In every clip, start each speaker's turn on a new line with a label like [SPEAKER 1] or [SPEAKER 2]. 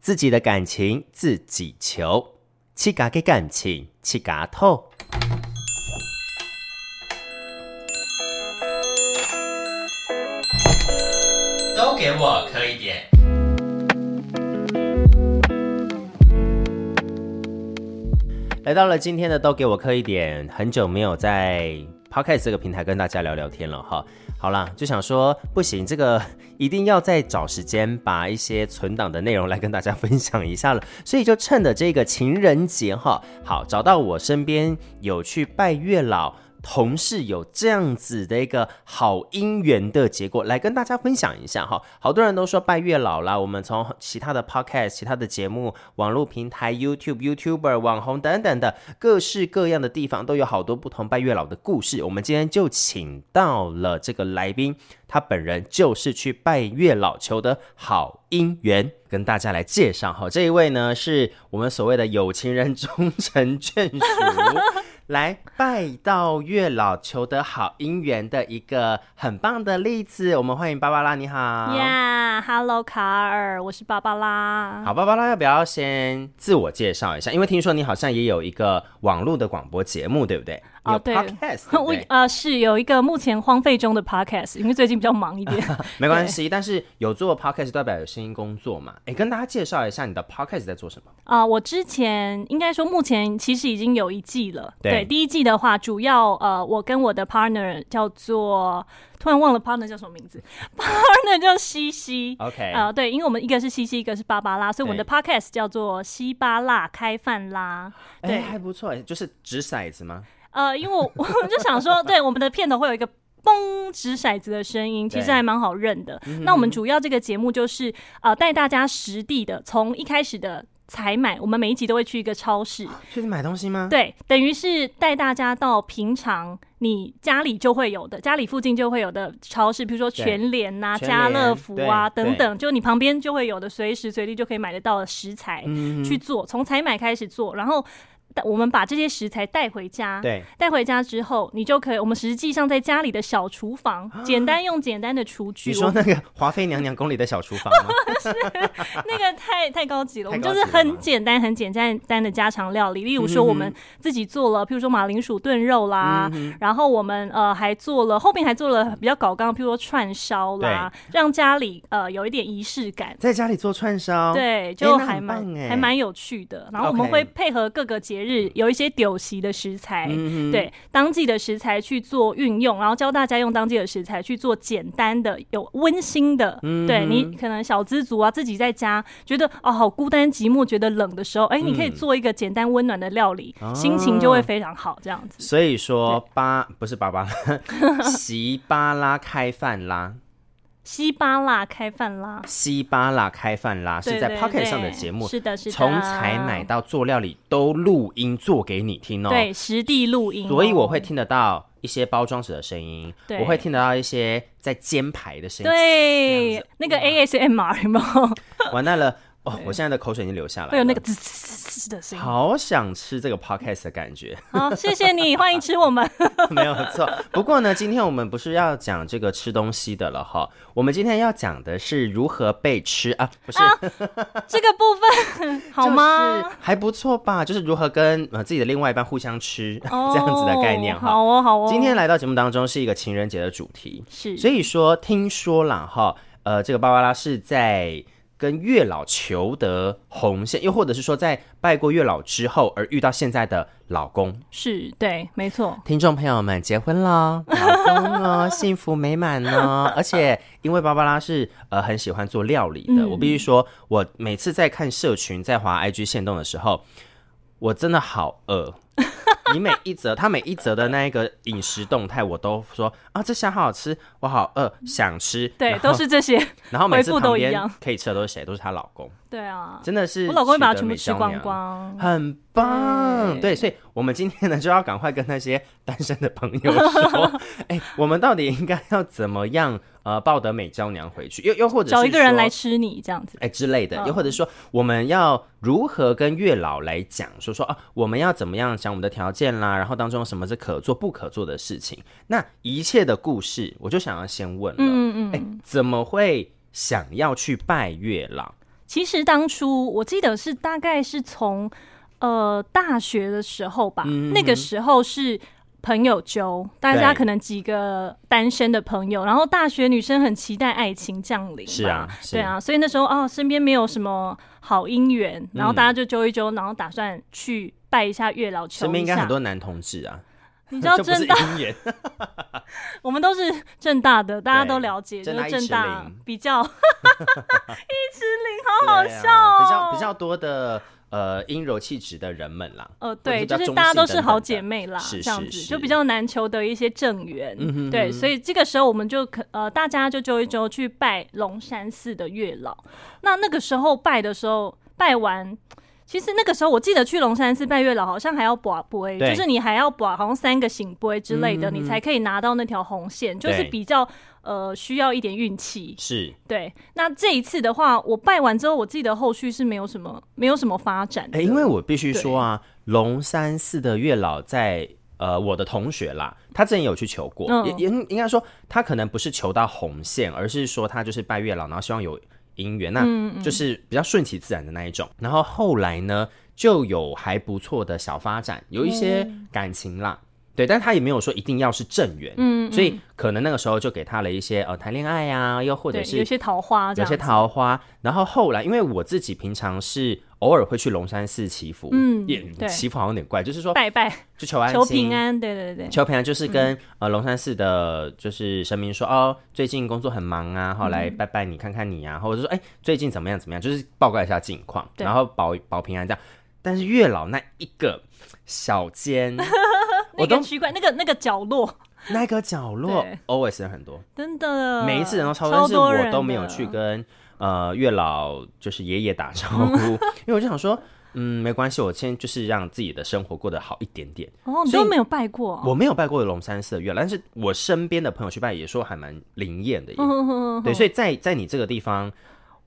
[SPEAKER 1] 自己的感情自己求，七嘎给感情七嘎透。都给我磕一点。来到了今天的都给我磕一点，很久没有在 podcast 这个平台跟大家聊聊天了哈。好啦，就想说不行，这个 一定要再找时间把一些存档的内容来跟大家分享一下了。所以就趁着这个情人节哈，好找到我身边有去拜月老。同事有这样子的一个好姻缘的结果，来跟大家分享一下哈。好多人都说拜月老啦，我们从其他的 podcast、其他的节目、网络平台、YouTube、YouTuber、网红等等的各式各样的地方，都有好多不同拜月老的故事。我们今天就请到了这个来宾，他本人就是去拜月老求的好姻缘，跟大家来介绍哈。这一位呢，是我们所谓的有情人 终成眷属。来拜到月老求得好姻缘的一个很棒的例子。我们欢迎芭芭拉，你好。
[SPEAKER 2] Yeah，Hello，卡尔，我是芭芭拉。
[SPEAKER 1] 好，芭芭拉要不要先自我介绍一下？因为听说你好像也有一个网络的广播节目，对不对？你有
[SPEAKER 2] 哦对
[SPEAKER 1] podcast，对不
[SPEAKER 2] 我
[SPEAKER 1] 对
[SPEAKER 2] 呃是有一个目前荒废中的 podcast，因为最近比较忙一点。
[SPEAKER 1] 没关系，但是有做 podcast 代表有声音工作嘛？哎，跟大家介绍一下你的 podcast 在做什么？
[SPEAKER 2] 啊、我之前应该说目前其实已经有一季了。
[SPEAKER 1] 对
[SPEAKER 2] 第一季的话，主要呃，我跟我的 partner 叫做，突然忘了 partner 叫什么名字 ，partner 叫西西。
[SPEAKER 1] OK
[SPEAKER 2] 呃，对，因为我们一个是西西，一个是芭芭拉，所以我们的 podcast 叫做西巴辣开饭啦。
[SPEAKER 1] 哎，
[SPEAKER 2] 对，
[SPEAKER 1] 还不错，就是掷骰子吗？
[SPEAKER 2] 呃，因为我 我就想说，对我们的片头会有一个。嘣掷骰子的声音，其实
[SPEAKER 1] 对嗯
[SPEAKER 2] 还蛮好认的。那我们主要这个节目就是呃，带大家实地的，从一开始的采买，我们每一集都会去一个超市，
[SPEAKER 1] 去买东西吗？
[SPEAKER 2] 对，等于是带大家到平常你家里就会有的，家里附近就会有的超市，比如说
[SPEAKER 1] 对
[SPEAKER 2] 全联呐、
[SPEAKER 1] 全
[SPEAKER 2] 家乐
[SPEAKER 1] 联
[SPEAKER 2] 福啊
[SPEAKER 1] 对
[SPEAKER 2] 等等，就你旁边就会有的，随时随地就可以买得到的食材、
[SPEAKER 1] 嗯
[SPEAKER 2] 去做，从采买开始做，然后带我们把这些食材带回家。
[SPEAKER 1] 对，
[SPEAKER 2] 带回家之后，你就可以，我们实际上在家里的小厨房，简单用简单的厨具，
[SPEAKER 1] 啊你
[SPEAKER 2] 我
[SPEAKER 1] 说那个华妃娘娘宫里的小厨房 吗？
[SPEAKER 2] 那个太太高级了，我
[SPEAKER 1] 太
[SPEAKER 2] 们
[SPEAKER 1] 高
[SPEAKER 2] 就是
[SPEAKER 1] 级了
[SPEAKER 2] 很
[SPEAKER 1] 吗嗯
[SPEAKER 2] 简单、很简单单的家常料理。例如说，我们自己做了，譬如说马铃薯炖肉啦，
[SPEAKER 1] 嗯
[SPEAKER 2] 然后我们呃还做了，后面还做了比较搞纲，譬如说串烧啦，让家里呃有一点仪式感。
[SPEAKER 1] 在家里做串烧，
[SPEAKER 2] 对，
[SPEAKER 1] 诶
[SPEAKER 2] 就
[SPEAKER 1] 那
[SPEAKER 2] 还
[SPEAKER 1] 很
[SPEAKER 2] 蛮、
[SPEAKER 1] 棒诶
[SPEAKER 2] 还蛮有趣的。然后我们
[SPEAKER 1] OK
[SPEAKER 2] 会配合各个节日，有一些酒席的食材，
[SPEAKER 1] 嗯
[SPEAKER 2] 对当季的食材去做运用，然后教大家用当季的食材去做简单的、有温馨的。
[SPEAKER 1] 嗯
[SPEAKER 2] 对你可能小资族啊，自己在家觉得哦好孤单寂寞，觉得冷的时候，哎、你可
[SPEAKER 1] 嗯
[SPEAKER 2] 以做一个简单温暖的料理，
[SPEAKER 1] 啊
[SPEAKER 2] 心情就会非常好。这样子，
[SPEAKER 1] 所以说巴不是芭 芭拉，席巴拉开饭啦，
[SPEAKER 2] 西巴辣开饭啦，
[SPEAKER 1] 西巴拉开饭啦是在
[SPEAKER 2] 对对
[SPEAKER 1] Pocket
[SPEAKER 2] 对
[SPEAKER 1] 上的节目，
[SPEAKER 2] 是的，是的，
[SPEAKER 1] 从采买到做料理都录音做给你听哦。
[SPEAKER 2] 对实地录音哦、
[SPEAKER 1] 所以我会听得到一些包装纸的声音，
[SPEAKER 2] 对
[SPEAKER 1] 我会听得到一些在煎排的声音。
[SPEAKER 2] 对
[SPEAKER 1] 子
[SPEAKER 2] 那个 ASMR 有没有？
[SPEAKER 1] 完蛋了，哦，我现在的口水已经流下来了，
[SPEAKER 2] 会有那个滋滋滋滋的声音。
[SPEAKER 1] 好想吃这个 podcast 的感觉。
[SPEAKER 2] 好，谢谢你，欢迎吃我们。
[SPEAKER 1] 没有错。不过呢，今天我们不是要讲这个吃东西的了哈，我们今天要讲的是如何被吃啊，不是、
[SPEAKER 2] 这个部分好
[SPEAKER 1] 就
[SPEAKER 2] 吗？
[SPEAKER 1] 是还不错吧，就是如何跟呃自己的另外一半互相吃、
[SPEAKER 2] 哦
[SPEAKER 1] 这样子的概念哈。
[SPEAKER 2] 好哦，好哦。
[SPEAKER 1] 今天来到节目当中是一个情人节的主题，
[SPEAKER 2] 是
[SPEAKER 1] 所以说听说啦哈，呃，这个芭芭拉是在。跟月老求得红线，又或者是说在拜过月老之后而遇到现在的老公，
[SPEAKER 2] 是对，没错。
[SPEAKER 1] 听众朋友们，结婚 了，老公哦，幸福美满哦。而且，因为芭芭拉是呃很喜欢做料理
[SPEAKER 2] 嗯
[SPEAKER 1] 的，我必须说，我每次在看社群，在滑 IG 线动的时候，我真的好 饿。你每一则，他每一则的那一个饮食动态，我都说啊，这虾好好吃，我好饿，想吃。
[SPEAKER 2] 对，
[SPEAKER 1] 然后
[SPEAKER 2] 都是这些。
[SPEAKER 1] 然后每次
[SPEAKER 2] 回复都
[SPEAKER 1] 旁
[SPEAKER 2] 一
[SPEAKER 1] 边
[SPEAKER 2] 样
[SPEAKER 1] 可以吃的都是谁？都是她老公，
[SPEAKER 2] 对啊，
[SPEAKER 1] 真的是
[SPEAKER 2] 我老公会把它
[SPEAKER 1] 娶得
[SPEAKER 2] 全部
[SPEAKER 1] 美
[SPEAKER 2] 吃
[SPEAKER 1] 娇
[SPEAKER 2] 光
[SPEAKER 1] 娘
[SPEAKER 2] 光。
[SPEAKER 1] 很棒，对，所以我们今天呢就要赶快跟那些单身的朋友 说，哎、我们到底应该要怎么样呃抱得美娇娘回去？又又或者是
[SPEAKER 2] 找一个人
[SPEAKER 1] 说
[SPEAKER 2] 来嗯吃你这样子，
[SPEAKER 1] 哎之类的，又或者说我们要如何跟月老来讲，说说啊，我们要怎么样讲我们的条件啦，然后当中有什么是可做不可做的事情，那一切的故事，
[SPEAKER 2] 嗯
[SPEAKER 1] 我就想要先问了，嗯嗯，哎，怎么会想要去拜月老？
[SPEAKER 2] 其实当初我记得是大概是从呃大学的时候吧，
[SPEAKER 1] 嗯
[SPEAKER 2] 那个时候是。朋友揪，大家可能几个单身的朋友，然后大学女生很期待爱情降临吧，
[SPEAKER 1] 是啊是
[SPEAKER 2] 对啊，所以那时候哦，身边没有什么好姻缘，然后大家就揪一揪，然后打算去拜一下月老，求
[SPEAKER 1] 身边
[SPEAKER 2] 一
[SPEAKER 1] 应该很
[SPEAKER 2] 下。
[SPEAKER 1] 多男同志啊，
[SPEAKER 2] 你 知道
[SPEAKER 1] 这不
[SPEAKER 2] 正
[SPEAKER 1] 是
[SPEAKER 2] 大，
[SPEAKER 1] 姻缘，
[SPEAKER 2] 我们都是正大的，大家
[SPEAKER 1] 对
[SPEAKER 2] 都了解，就
[SPEAKER 1] 正大
[SPEAKER 2] 是
[SPEAKER 1] 一
[SPEAKER 2] 正
[SPEAKER 1] 尺
[SPEAKER 2] 大
[SPEAKER 1] 零
[SPEAKER 2] 比较
[SPEAKER 1] 好好
[SPEAKER 2] 笑哦
[SPEAKER 1] 啊比较比较多的呃阴柔气质的人们啦，
[SPEAKER 2] 呃，
[SPEAKER 1] 或者
[SPEAKER 2] 对，
[SPEAKER 1] 是比
[SPEAKER 2] 就
[SPEAKER 1] 较
[SPEAKER 2] 是
[SPEAKER 1] 中
[SPEAKER 2] 大家
[SPEAKER 1] 性
[SPEAKER 2] 都是
[SPEAKER 1] 等
[SPEAKER 2] 好
[SPEAKER 1] 等
[SPEAKER 2] 姐
[SPEAKER 1] 的
[SPEAKER 2] 妹啦，
[SPEAKER 1] 是
[SPEAKER 2] 这样
[SPEAKER 1] 是
[SPEAKER 2] 子
[SPEAKER 1] 是嗯
[SPEAKER 2] 就比较难求得一些正缘。
[SPEAKER 1] 哼
[SPEAKER 2] 对，所以这个时候我们就可呃，大家就揪一揪去拜龙山寺的月老。那那个时候拜的时候，拜完。其实那个时候，我记得去龙山寺拜月老，好像还要卜杯，
[SPEAKER 1] 对嗯
[SPEAKER 2] 就是你还要卜好像三个醒杯之类的，你才可以拿到那条红线，就是
[SPEAKER 1] 对
[SPEAKER 2] 比较呃需要一点运气。
[SPEAKER 1] 是
[SPEAKER 2] 对，那这一次的话，我拜完之后，我记得后续是没有什么没有什么发展的。
[SPEAKER 1] 哎、因为我必须说啊，龙山寺的月老在呃我的同学啦，他之前有去求过，
[SPEAKER 2] 嗯
[SPEAKER 1] 也也应该说他可能不是求到红线，而是说他就是拜月老，然后希望有姻缘，那就是比较顺其自然的那一种。然后后来呢，就有还不错的小发展，有一些感情啦。对，但他也没有说一定要是正缘，嗯，所以可能那个时候就给他了一些呃谈恋爱啊，又或
[SPEAKER 2] 对
[SPEAKER 1] 者，是
[SPEAKER 2] 有些桃花这
[SPEAKER 1] 有
[SPEAKER 2] 样
[SPEAKER 1] 些
[SPEAKER 2] 子。
[SPEAKER 1] 桃花。然后后来，因为我自己平常是偶尔会去龙山寺祈福，
[SPEAKER 2] 嗯
[SPEAKER 1] 也
[SPEAKER 2] 对
[SPEAKER 1] 祈福好像有点怪，就是说
[SPEAKER 2] 拜拜，
[SPEAKER 1] 就求安
[SPEAKER 2] 求
[SPEAKER 1] 心
[SPEAKER 2] 平。安，嗯对对对，
[SPEAKER 1] 求平安就是跟、呃龙山寺的，就是神明说哦，最近工作很忙啊，后来
[SPEAKER 2] 嗯
[SPEAKER 1] 拜拜你看看你啊，或者说哎最近怎么样怎么样，就是报告一下近况，
[SPEAKER 2] 对
[SPEAKER 1] 然后保保平安这样。但是月老那一个小 间，我
[SPEAKER 2] 那个
[SPEAKER 1] 都
[SPEAKER 2] 区块，那个那个角落，
[SPEAKER 1] 那个角落
[SPEAKER 2] 对
[SPEAKER 1] always 人很多，
[SPEAKER 2] 真的，
[SPEAKER 1] 每一次人都超多，
[SPEAKER 2] 超
[SPEAKER 1] 但是
[SPEAKER 2] 多人
[SPEAKER 1] 我都没有去
[SPEAKER 2] 的。
[SPEAKER 1] 跟呃月老就是爷爷打招 呼，因为我就想说，嗯，没关系，我先就是让自己的生活过得好一点点。
[SPEAKER 2] 哦，你
[SPEAKER 1] 所以
[SPEAKER 2] 都没有拜过哦，
[SPEAKER 1] 我没有拜过龙山寺的月老，但是我身边的朋友去拜也说还蛮灵验的耶。
[SPEAKER 2] 嗯我
[SPEAKER 1] 对，所以在在你这个地方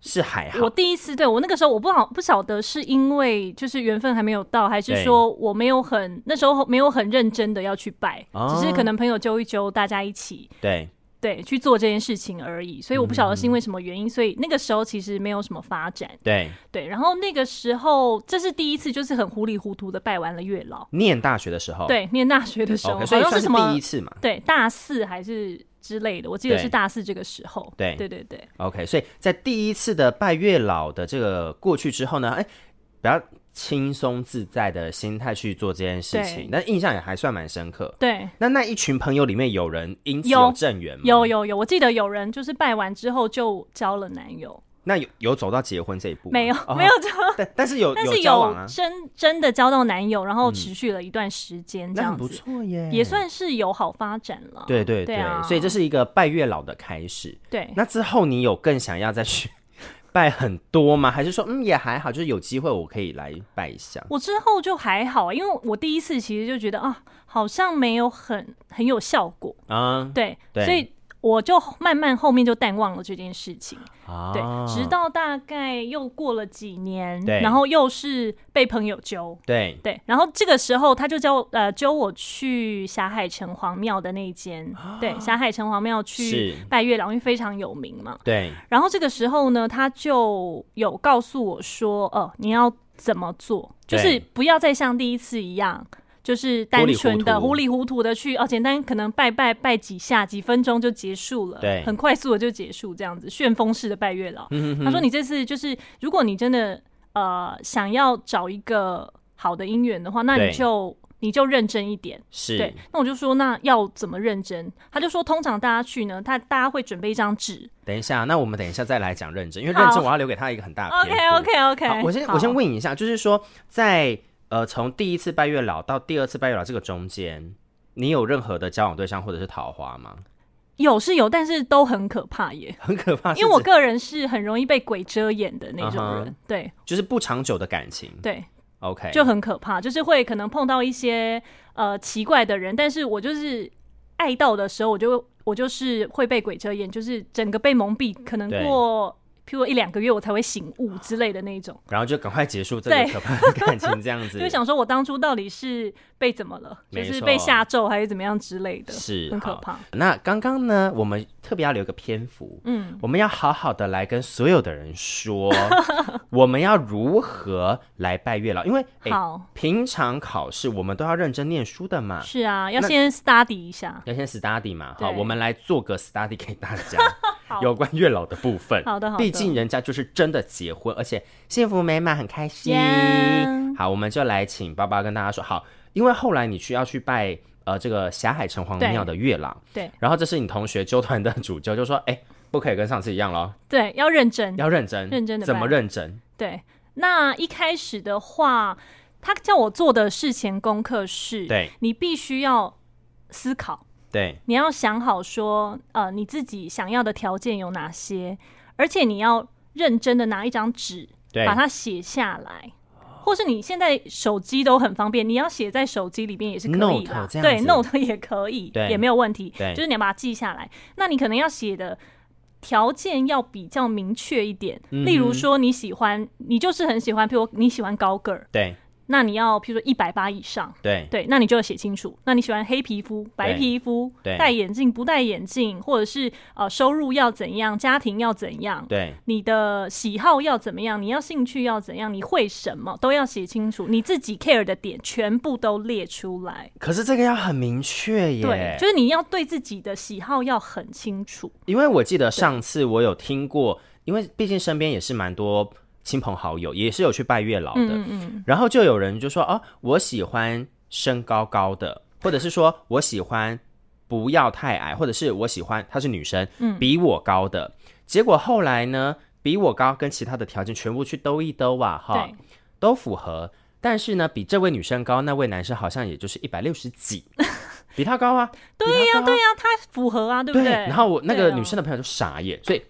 [SPEAKER 1] 是还
[SPEAKER 2] 我
[SPEAKER 1] 好，
[SPEAKER 2] 第一次对我那个时候我不好不晓得是因为就是缘分还没有到，还是
[SPEAKER 1] 对
[SPEAKER 2] 说我没有很那时候没有很认真的要去拜，
[SPEAKER 1] 哦
[SPEAKER 2] 只是可能朋友揪一揪，大家一起
[SPEAKER 1] 对，
[SPEAKER 2] 对去做这件事情而已，所以我不晓得是因为什么原因，所以那个时候其实没有什么发展。
[SPEAKER 1] 对，
[SPEAKER 2] 对，然后那个时候这是第一次，就是很糊里糊涂的拜完了月老。
[SPEAKER 1] 念大学的时候，
[SPEAKER 2] 对，念大学的时候
[SPEAKER 1] 哦，OK，所
[SPEAKER 2] 好
[SPEAKER 1] 以
[SPEAKER 2] 像
[SPEAKER 1] 算
[SPEAKER 2] 是
[SPEAKER 1] 是
[SPEAKER 2] 什么
[SPEAKER 1] 第一次嘛。
[SPEAKER 2] 对大四还是之类的，我记得
[SPEAKER 1] 对
[SPEAKER 2] 是大四这个时候。
[SPEAKER 1] 对
[SPEAKER 2] 对对对，
[SPEAKER 1] OK，所以在第一次的拜月老的这个过去之后呢，哎，比较轻松自在的心态去做这件事情
[SPEAKER 2] 对，
[SPEAKER 1] 那印象也还算蛮深刻。
[SPEAKER 2] 对
[SPEAKER 1] 那那一群朋友里面有人因此
[SPEAKER 2] 有
[SPEAKER 1] 有正缘吗？
[SPEAKER 2] 有。有有，我记得有人就是拜完之后就交了男友，
[SPEAKER 1] 那有有走到结婚这一步吗？
[SPEAKER 2] 没有、
[SPEAKER 1] 哦
[SPEAKER 2] 没有，交，
[SPEAKER 1] 但但是有
[SPEAKER 2] 但是
[SPEAKER 1] 交往啊，嗯
[SPEAKER 2] 真真的交到男友，然后持续了一段时间，这
[SPEAKER 1] 那很
[SPEAKER 2] 样
[SPEAKER 1] 不
[SPEAKER 2] 子、
[SPEAKER 1] 错耶，
[SPEAKER 2] 也。算是有好发展了。
[SPEAKER 1] 对对
[SPEAKER 2] 对啊
[SPEAKER 1] 所以这是一个拜月老的开始。
[SPEAKER 2] 对，
[SPEAKER 1] 那之后你有更想要再去 拜很多吗？还是说嗯也还好，就是有机会我可以来拜一下？
[SPEAKER 2] 我之后就还好，啊因为我第一次其实就觉得啊，好像没有很很有效果，
[SPEAKER 1] 啊
[SPEAKER 2] 对，
[SPEAKER 1] 对
[SPEAKER 2] 所以我就慢慢后面就淡忘了这件事情，
[SPEAKER 1] 啊，
[SPEAKER 2] 对，直到大概又过了几年，
[SPEAKER 1] 对
[SPEAKER 2] 然后又是被朋友揪。
[SPEAKER 1] 对
[SPEAKER 2] 对，然后这个时候他就叫我呃揪我去霞海城隍庙的那一间，对，霞海城隍庙去
[SPEAKER 1] 啊是
[SPEAKER 2] 拜月老，因为非常有名嘛。
[SPEAKER 1] 对，
[SPEAKER 2] 然后这个时候呢，他就有告诉我说，呃，你要怎么做，就
[SPEAKER 1] 对
[SPEAKER 2] 是不要再像第一次一样，就是单纯的
[SPEAKER 1] 糊
[SPEAKER 2] 糊
[SPEAKER 1] 里
[SPEAKER 2] 里糊涂的去，哦，简单可能拜拜拜几下，几分钟就结束了，
[SPEAKER 1] 对嗯
[SPEAKER 2] 很快速的就结束，这样子旋风式的拜月老。他说你这次就是，如果你真的呃想要找一个好的姻缘的话，那
[SPEAKER 1] 对
[SPEAKER 2] 你就你就认真一点。
[SPEAKER 1] 是
[SPEAKER 2] 对，那我就说那要怎么认真？他就说通常大家去呢，他大家会准备一张纸，
[SPEAKER 1] 等一下，那我们等一下再来讲认真，因为认真
[SPEAKER 2] 好
[SPEAKER 1] 我要留给他一个很大的篇
[SPEAKER 2] OK
[SPEAKER 1] 幅
[SPEAKER 2] OK
[SPEAKER 1] 好
[SPEAKER 2] OK，，
[SPEAKER 1] 我先我先问一下，就是说在呃从第一次拜月老到第二次拜月老这个中间，你有任何的交往对象或者是桃花吗？
[SPEAKER 2] 有是有，但是都很可怕耶。
[SPEAKER 1] 很可怕，
[SPEAKER 2] 因为我
[SPEAKER 1] 是指
[SPEAKER 2] 个人是很容易被鬼遮眼的那种人啊嗯
[SPEAKER 1] 嗯哼
[SPEAKER 2] 对
[SPEAKER 1] 就是不长久的感情
[SPEAKER 2] 对，
[SPEAKER 1] ，OK，
[SPEAKER 2] 就很可怕，就是会可能碰到一些呃奇怪的人，但是我就是爱到的时候，我就我就是会被鬼遮眼，就是整个被蒙蔽，可能
[SPEAKER 1] 对
[SPEAKER 2] 过譬如一两个月我才会醒悟之类的那一种。
[SPEAKER 1] 然后就赶快结束这个可怕的感情， 这样子。
[SPEAKER 2] 就想说我当初到底是被怎么了，就
[SPEAKER 1] 没
[SPEAKER 2] 是
[SPEAKER 1] 错
[SPEAKER 2] 被下咒还是怎么样之类的，
[SPEAKER 1] 是
[SPEAKER 2] 很可
[SPEAKER 1] 好
[SPEAKER 2] 怕。
[SPEAKER 1] 那刚刚呢，我们特别要留个篇幅，嗯，我们要好好的来跟所有的人 说，我们要如何来拜月老，因为哎，
[SPEAKER 2] 好，
[SPEAKER 1] 平常考试我们都要认真念书的嘛，
[SPEAKER 2] 是啊，要
[SPEAKER 1] 那
[SPEAKER 2] 先 study 一下。
[SPEAKER 1] 要先 study 嘛，好，
[SPEAKER 2] 对
[SPEAKER 1] 我们来做个 study 给大 家有关月老的部分。
[SPEAKER 2] 好的，好的。
[SPEAKER 1] 毕竟人家就是真的结婚，而且幸福美满，很开心。
[SPEAKER 2] Yeah
[SPEAKER 1] 好，我们就来请爸爸跟大家说，好，因为后来你去要去拜呃这个霞海城隍庙的月老，
[SPEAKER 2] 对
[SPEAKER 1] 然后这是你同学纠团的主教就说，哎、不可以跟上次一样咯，
[SPEAKER 2] 对，要认真。
[SPEAKER 1] 要认真，
[SPEAKER 2] 嗯认真地
[SPEAKER 1] 怎么
[SPEAKER 2] 拜
[SPEAKER 1] 认真？
[SPEAKER 2] 对，那一开始的话，他叫我做的事前功课是，
[SPEAKER 1] 对
[SPEAKER 2] 你必须要思考，
[SPEAKER 1] 对，
[SPEAKER 2] 你要想好说，呃，你自己想要的条件有哪些，而且你要认真的拿一张纸
[SPEAKER 1] 对
[SPEAKER 2] 把它写下来。或是你现在手机都很方便，你要写在手机里面也是可以
[SPEAKER 1] Note
[SPEAKER 2] 啦
[SPEAKER 1] 这样
[SPEAKER 2] 对
[SPEAKER 1] 子
[SPEAKER 2] ，note 也可以，
[SPEAKER 1] 对
[SPEAKER 2] 也没有问题。
[SPEAKER 1] 对
[SPEAKER 2] 就是你要把它记下来。那你可能要写的条件要比较明确一点，
[SPEAKER 1] 嗯
[SPEAKER 2] 例如说你喜欢，你就是很喜欢，譬如你喜欢高个儿，
[SPEAKER 1] 对
[SPEAKER 2] 那你要譬如说一百八以上，
[SPEAKER 1] 对
[SPEAKER 2] 对，那你就要写清楚。那你喜欢黑皮肤、白皮肤，
[SPEAKER 1] 对
[SPEAKER 2] 戴眼镜不戴眼镜，或者是呃收入要怎样，家庭要怎样，
[SPEAKER 1] 对
[SPEAKER 2] 你的喜好要怎么样，你要兴趣要怎样，你会什么都要写清楚，你自己 care 的点全部都列出来。
[SPEAKER 1] 可是这个要很明确耶，
[SPEAKER 2] 对，就是你要对自己的喜好要很清楚。
[SPEAKER 1] 因为我记得上次我有听过，因为毕竟身边也是蛮多亲朋好友，也是有去拜月老的，
[SPEAKER 2] 嗯嗯，
[SPEAKER 1] 然后就有人就说哦，我喜欢身高高的，或者是说我喜欢不要太矮，或者是我喜欢她是女生，
[SPEAKER 2] 嗯
[SPEAKER 1] 比我高的。结果后来呢，比我高跟其他的条件全部去兜一兜啊，哈
[SPEAKER 2] 对，
[SPEAKER 1] 都符合。但是呢，比这位女生高那位男生好像也就是一百六十 几，比他高啊，对呀、对呀、
[SPEAKER 2] 那它符合啊，对不
[SPEAKER 1] 对
[SPEAKER 2] 对？
[SPEAKER 1] 然后我那个
[SPEAKER 2] 对啊
[SPEAKER 1] 女生的朋友就傻眼，所以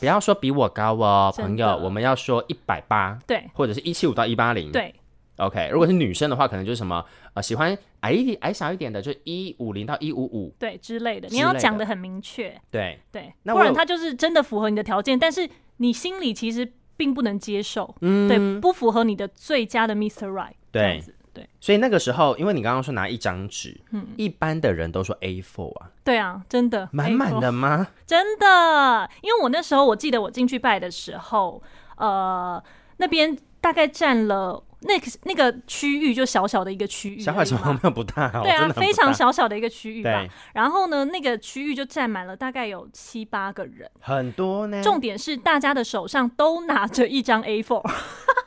[SPEAKER 1] 不要说比我高哦，
[SPEAKER 2] 真
[SPEAKER 1] 朋
[SPEAKER 2] 的
[SPEAKER 1] 友，我们要说一百八，
[SPEAKER 2] 对
[SPEAKER 1] 或者是一七五到一八零，
[SPEAKER 2] 对
[SPEAKER 1] OK，如果是女生的话，可能就是什么呃，喜欢矮一点、矮小一点的，就一五零到一五五。
[SPEAKER 2] 对之类的，
[SPEAKER 1] 之
[SPEAKER 2] 你要
[SPEAKER 1] 类
[SPEAKER 2] 讲
[SPEAKER 1] 的
[SPEAKER 2] 的很明确。
[SPEAKER 1] 对，
[SPEAKER 2] 对，
[SPEAKER 1] 那
[SPEAKER 2] 不
[SPEAKER 1] 我
[SPEAKER 2] 然
[SPEAKER 1] 有
[SPEAKER 2] 他就是真的符合你的条件，但是你心里其实并不能接受，对，不符合你的最佳的 Mr. Right，
[SPEAKER 1] 嗯对
[SPEAKER 2] 这样子，嗯对，
[SPEAKER 1] 所以那个时候，因为你刚刚说拿一张纸，一般的人都说 A4 啊，
[SPEAKER 2] 对啊，真的，
[SPEAKER 1] 满
[SPEAKER 2] 没
[SPEAKER 1] 满
[SPEAKER 2] 错，
[SPEAKER 1] 的吗？
[SPEAKER 2] 真的，因为我那时候我记得我进去拜的时候，呃，那边大概占了那个那个区域就小小的一个区域而已
[SPEAKER 1] 小
[SPEAKER 2] 嘛，
[SPEAKER 1] 海城隍庙不大哦，
[SPEAKER 2] 对啊
[SPEAKER 1] 真，的很
[SPEAKER 2] 非
[SPEAKER 1] 不大
[SPEAKER 2] 常小小的一个区域吧
[SPEAKER 1] 对。
[SPEAKER 2] 然后呢，那个区域就占满了大概有七八个人。
[SPEAKER 1] 很多呢。
[SPEAKER 2] 重点是大家的手上都拿着一张 A4，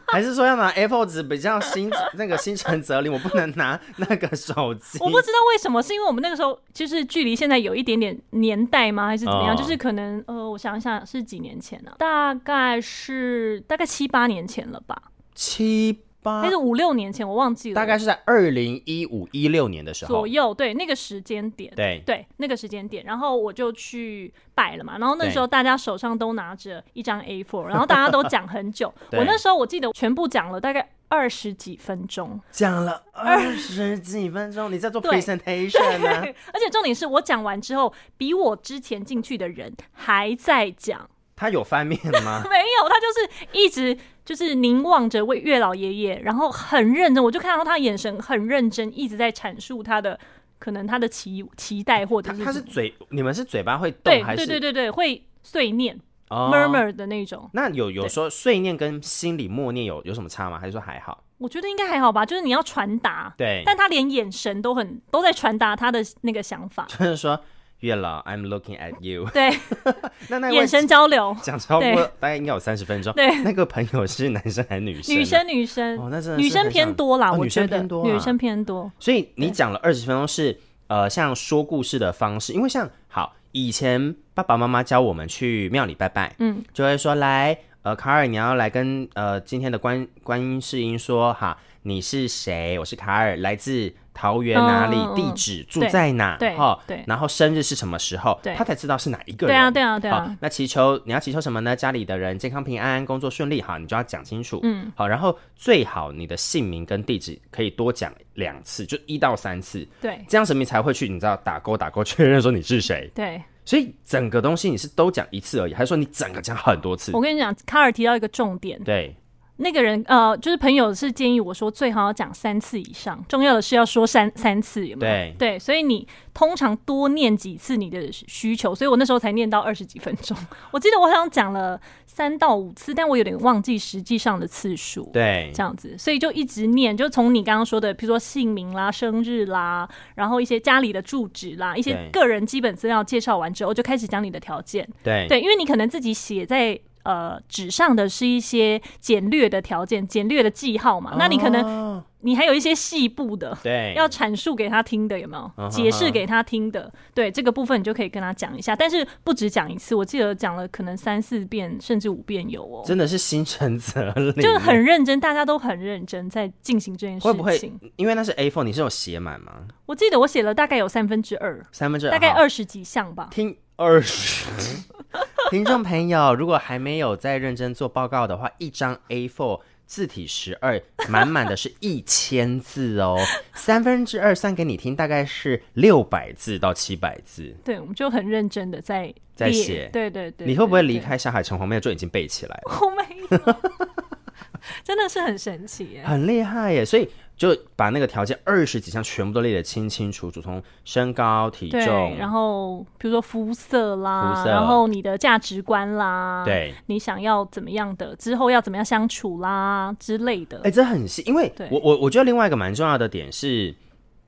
[SPEAKER 1] 还是说要拿 A4 纸比较心 那个心诚则灵，我不能拿那个手机。
[SPEAKER 2] 我不知道为什么，是因为我们那个时候就是距离现在有一点点年代吗？还是怎么样？
[SPEAKER 1] 哦
[SPEAKER 2] 就是可能呃，我想一想是几年前啊，大概是大概七八年前了吧，
[SPEAKER 1] 七八
[SPEAKER 2] 还是，五六年前，我忘记了，
[SPEAKER 1] 大概是在二零一五一六年的时候
[SPEAKER 2] 左，右，对那个时间点。
[SPEAKER 1] 对
[SPEAKER 2] 对那个时间点，然后我就去拜了嘛。然后那时候大家手上都拿着一张 A4，然后大家都讲 很久。
[SPEAKER 1] 对
[SPEAKER 2] 我那时候我记得全部讲了大概二十几分钟，
[SPEAKER 1] 讲了二十几分钟，你在做
[SPEAKER 2] 对
[SPEAKER 1] presentation 啊呢、
[SPEAKER 2] 而且重点是我讲完之后，比我之前进去的人还在讲。？
[SPEAKER 1] 他有翻面吗
[SPEAKER 2] 没有，他就是一直就是凝望着魏月老爷爷，然后很认真，我就看到他眼神很认真，一直在阐述他的可能他的期期待或者
[SPEAKER 1] 他
[SPEAKER 2] 是
[SPEAKER 1] 他是
[SPEAKER 2] 什么
[SPEAKER 1] 嘴，你们是嘴巴会
[SPEAKER 2] 对
[SPEAKER 1] 动还是
[SPEAKER 2] 对对对对会碎念、
[SPEAKER 1] 哦
[SPEAKER 2] murmur 的那种。
[SPEAKER 1] 那有有
[SPEAKER 2] 对
[SPEAKER 1] 说碎念跟心里默念有有什么差吗？还是说还好？
[SPEAKER 2] 我觉得应该还好吧，就是你要传达，
[SPEAKER 1] 对，，
[SPEAKER 2] 但他连眼神都很都在传达他的那个想 法
[SPEAKER 1] 就是说月老，I'm looking at you
[SPEAKER 2] 对，
[SPEAKER 1] 那那位
[SPEAKER 2] 眼神交流，
[SPEAKER 1] 讲超
[SPEAKER 2] 对
[SPEAKER 1] 过大概应该有三十分钟。
[SPEAKER 2] 对
[SPEAKER 1] 那个朋友是男生还是女生？
[SPEAKER 2] 女。生女生、
[SPEAKER 1] 哦，那真的是
[SPEAKER 2] 女生
[SPEAKER 1] 很
[SPEAKER 2] 偏
[SPEAKER 1] 像
[SPEAKER 2] 多啦，
[SPEAKER 1] 哦
[SPEAKER 2] 我
[SPEAKER 1] 女
[SPEAKER 2] 觉
[SPEAKER 1] 生
[SPEAKER 2] 得
[SPEAKER 1] 偏多、啊，
[SPEAKER 2] 女生偏多，
[SPEAKER 1] 所以你讲了二十分钟是呃，像说故事的方式，因为像好以前爸爸妈妈教我们去庙里拜拜，
[SPEAKER 2] 嗯，
[SPEAKER 1] 就会说来呃，卡尔你要来跟呃今天的观观音世音说哈，你是谁？我是卡尔，来自桃园哪里，
[SPEAKER 2] 嗯嗯嗯
[SPEAKER 1] 地址住
[SPEAKER 2] 对
[SPEAKER 1] 在哪？
[SPEAKER 2] 对
[SPEAKER 1] 哈
[SPEAKER 2] 对
[SPEAKER 1] 然后生日是什么时候？
[SPEAKER 2] 对
[SPEAKER 1] 他才知道是哪一个人。
[SPEAKER 2] 对啊对啊对啊
[SPEAKER 1] 好，，那祈求你要祈求什么呢？家里的人健康平安，工作顺利，好，你就要讲清楚。嗯，好，然后最好你的姓名跟地址可以多讲两次，就一到三次，
[SPEAKER 2] 对
[SPEAKER 1] 这样神明才会去，你知道打勾打勾确认说你是谁。
[SPEAKER 2] 对
[SPEAKER 1] 所以整个东西你是都讲一次而已，还是说你整个讲很多次
[SPEAKER 2] 我？跟你讲，卡尔提到一个重点，
[SPEAKER 1] 对，
[SPEAKER 2] 那个人呃，就是朋友是建议我说，最好要讲三次以上，重要的是要说三三次，有没有？
[SPEAKER 1] 对
[SPEAKER 2] 对，所以你通常多念几次你的需求，所以我那时候才念到二十几分钟。 我记得我好像讲了三到五次，但我有点忘记实际上的次数。
[SPEAKER 1] 对
[SPEAKER 2] 这样子，所以就一直念，就从你刚刚说的，比如说姓名啦、生日啦，然后一些家里的住址啦，一些
[SPEAKER 1] 对
[SPEAKER 2] 个人基本资料介绍完之后，就开始讲你的条件。
[SPEAKER 1] 对
[SPEAKER 2] 对，因为你可能自己写在。呃，纸上的是一些简略的条件、简略的记号
[SPEAKER 1] 哦
[SPEAKER 2] 嘛，那你可能
[SPEAKER 1] 能
[SPEAKER 2] 你还有一些细部的，
[SPEAKER 1] 对
[SPEAKER 2] 要阐述给他听的，有没有？
[SPEAKER 1] 嗯
[SPEAKER 2] 解释
[SPEAKER 1] 哼
[SPEAKER 2] 给他听的，对这个部分你就可以跟他讲一下，但是不止讲一次，我记得讲了可能三四遍甚至五遍有哦，
[SPEAKER 1] 真的是心诚则灵，
[SPEAKER 2] 就是很认真，大家都很认真在进行这件事情。
[SPEAKER 1] 会不会因为那是 A4，你是有写满吗？
[SPEAKER 2] 我记得我写了大概有三分之二，
[SPEAKER 1] 三分之二
[SPEAKER 2] 大概
[SPEAKER 1] 好
[SPEAKER 2] 二十几项吧。
[SPEAKER 1] 听二十。 听众朋友，如果还没有在认真做报告的话，一张 A4 字体十二，满满的是一千字 哦，三分之二算给你听，大概是六百字到七百字。
[SPEAKER 2] 对，我们就很认真的在
[SPEAKER 1] 在
[SPEAKER 2] 列
[SPEAKER 1] 写
[SPEAKER 2] 对对对，
[SPEAKER 1] 你会不会
[SPEAKER 2] 对
[SPEAKER 1] 离
[SPEAKER 2] 对
[SPEAKER 1] 开上海城隍庙就已经背起来了？
[SPEAKER 2] 我没有， 真的是很神奇 耶。
[SPEAKER 1] 很厉害耶！所以就把那个条件二十几项全部都列得清清楚楚，从身高、体
[SPEAKER 2] 对，
[SPEAKER 1] 重，
[SPEAKER 2] 然后比如说肤色啦，
[SPEAKER 1] 肤色
[SPEAKER 2] 然后你的价值观啦，，
[SPEAKER 1] 对，
[SPEAKER 2] 你想要怎么样的，之后要怎么样相处啦之类的。
[SPEAKER 1] 哎、这很细，因为
[SPEAKER 2] 对
[SPEAKER 1] 我我我觉得另外一个蛮重要的点是，